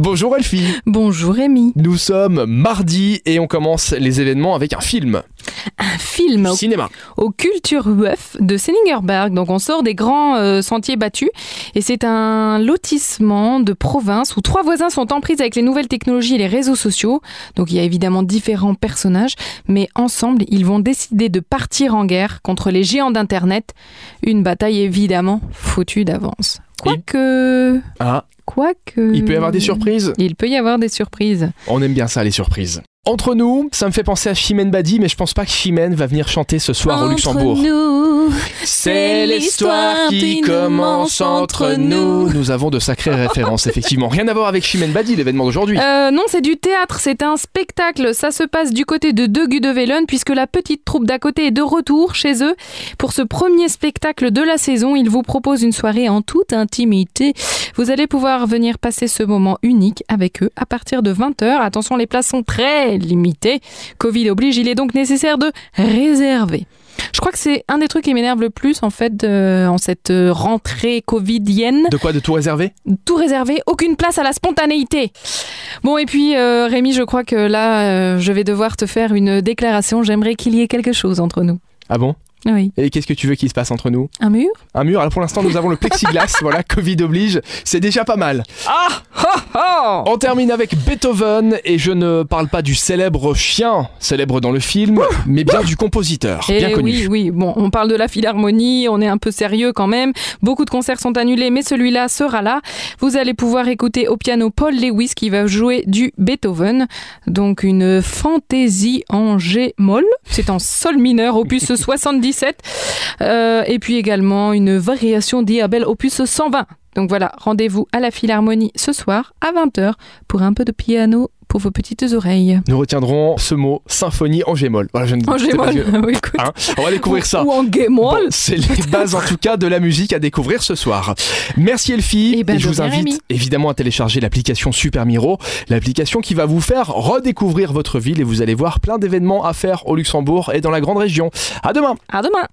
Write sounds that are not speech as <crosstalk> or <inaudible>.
Bonjour Elfie. Bonjour Rémi. Nous sommes mardi et on commence les événements avec un film. Un film au, Cinéma. au Culture Buff de Selinger-Berg. Donc on sort des grands euh, sentiers battus et c'est un lotissement de province où trois voisins sont en prise avec les nouvelles technologies et les réseaux sociaux. Donc il y a évidemment différents personnages, mais ensemble ils vont décider de partir en guerre contre les géants d'Internet. Une bataille évidemment foutue d'avance. Quoique... Ah, Quoique... il peut y avoir des surprises Il peut y avoir des surprises. On aime bien ça, les surprises. Entre nous, ça me fait penser à Chimène Badi, mais je pense pas que Chimène va venir chanter ce soir au Luxembourg. nous, C'est l'histoire qui commence entre nous. Nous avons de <laughs> sacrées références, effectivement. Rien à voir avec Chimène Badi, l'événement d'aujourd'hui. Euh, non, c'est du théâtre, c'est un spectacle. Ça se passe du côté de Degu de Velen, puisque la petite troupe d'à côté est de retour chez eux. Pour ce premier spectacle de la saison, ils vous proposent une soirée en toute intimité. Vous allez pouvoir venir passer ce moment unique avec eux à partir de 20h. Attention, les places sont très limitées. Covid oblige, il est donc nécessaire de réserver. Je crois que c'est un des trucs qui m'énerve le plus en fait euh, en cette euh, rentrée covidienne De quoi de tout réserver tout réservé, aucune place à la spontanéité. Bon, et puis euh, Rémi, je crois que là, euh, je vais devoir te faire une déclaration. J'aimerais qu'il y ait quelque chose entre nous. Ah bon Oui. Et qu'est-ce que tu veux qu'il se passe entre nous Un mur Un mur Alors pour l'instant, nous avons le <laughs> plexiglas, voilà, Covid oblige, c'est déjà pas mal. Ah oh, oh On termine avec Beethoven, et je ne parle pas du célèbre chien, célèbre dans le film, mais bien du compositeur, bien Eh connu. oui, oui, bon, on parle de la philharmonie, on est un peu sérieux quand même. Beaucoup de concerts sont annulés, mais celui-là sera là. Vous allez pouvoir écouter au piano Paul Lewis qui va jouer du Beethoven, donc une fantaisie en G moll, c'est en sol <laughs> mineur, opus 77, Euh, et puis également une variation d'Iabel, opus 120. Donc voilà, rendez-vous à la Philharmonie ce soir à 20h pour un peu de piano pour vos petites oreilles. Nous retiendrons ce mot symphonie en gémol. Voilà, je ne En G c'est pas moll, que- oui, <laughs> écoute. hein, on va découvrir ça. Ou en G Bon, moll. c'est les <laughs> bases en tout cas de la musique à découvrir ce soir. Merci Elfie Eh ben, je de vous rien, invite Rémi. évidemment à télécharger l'application Super Miro, l'application qui va vous faire redécouvrir votre ville et vous allez voir plein d'événements à faire au Luxembourg et dans la grande région. À demain. À demain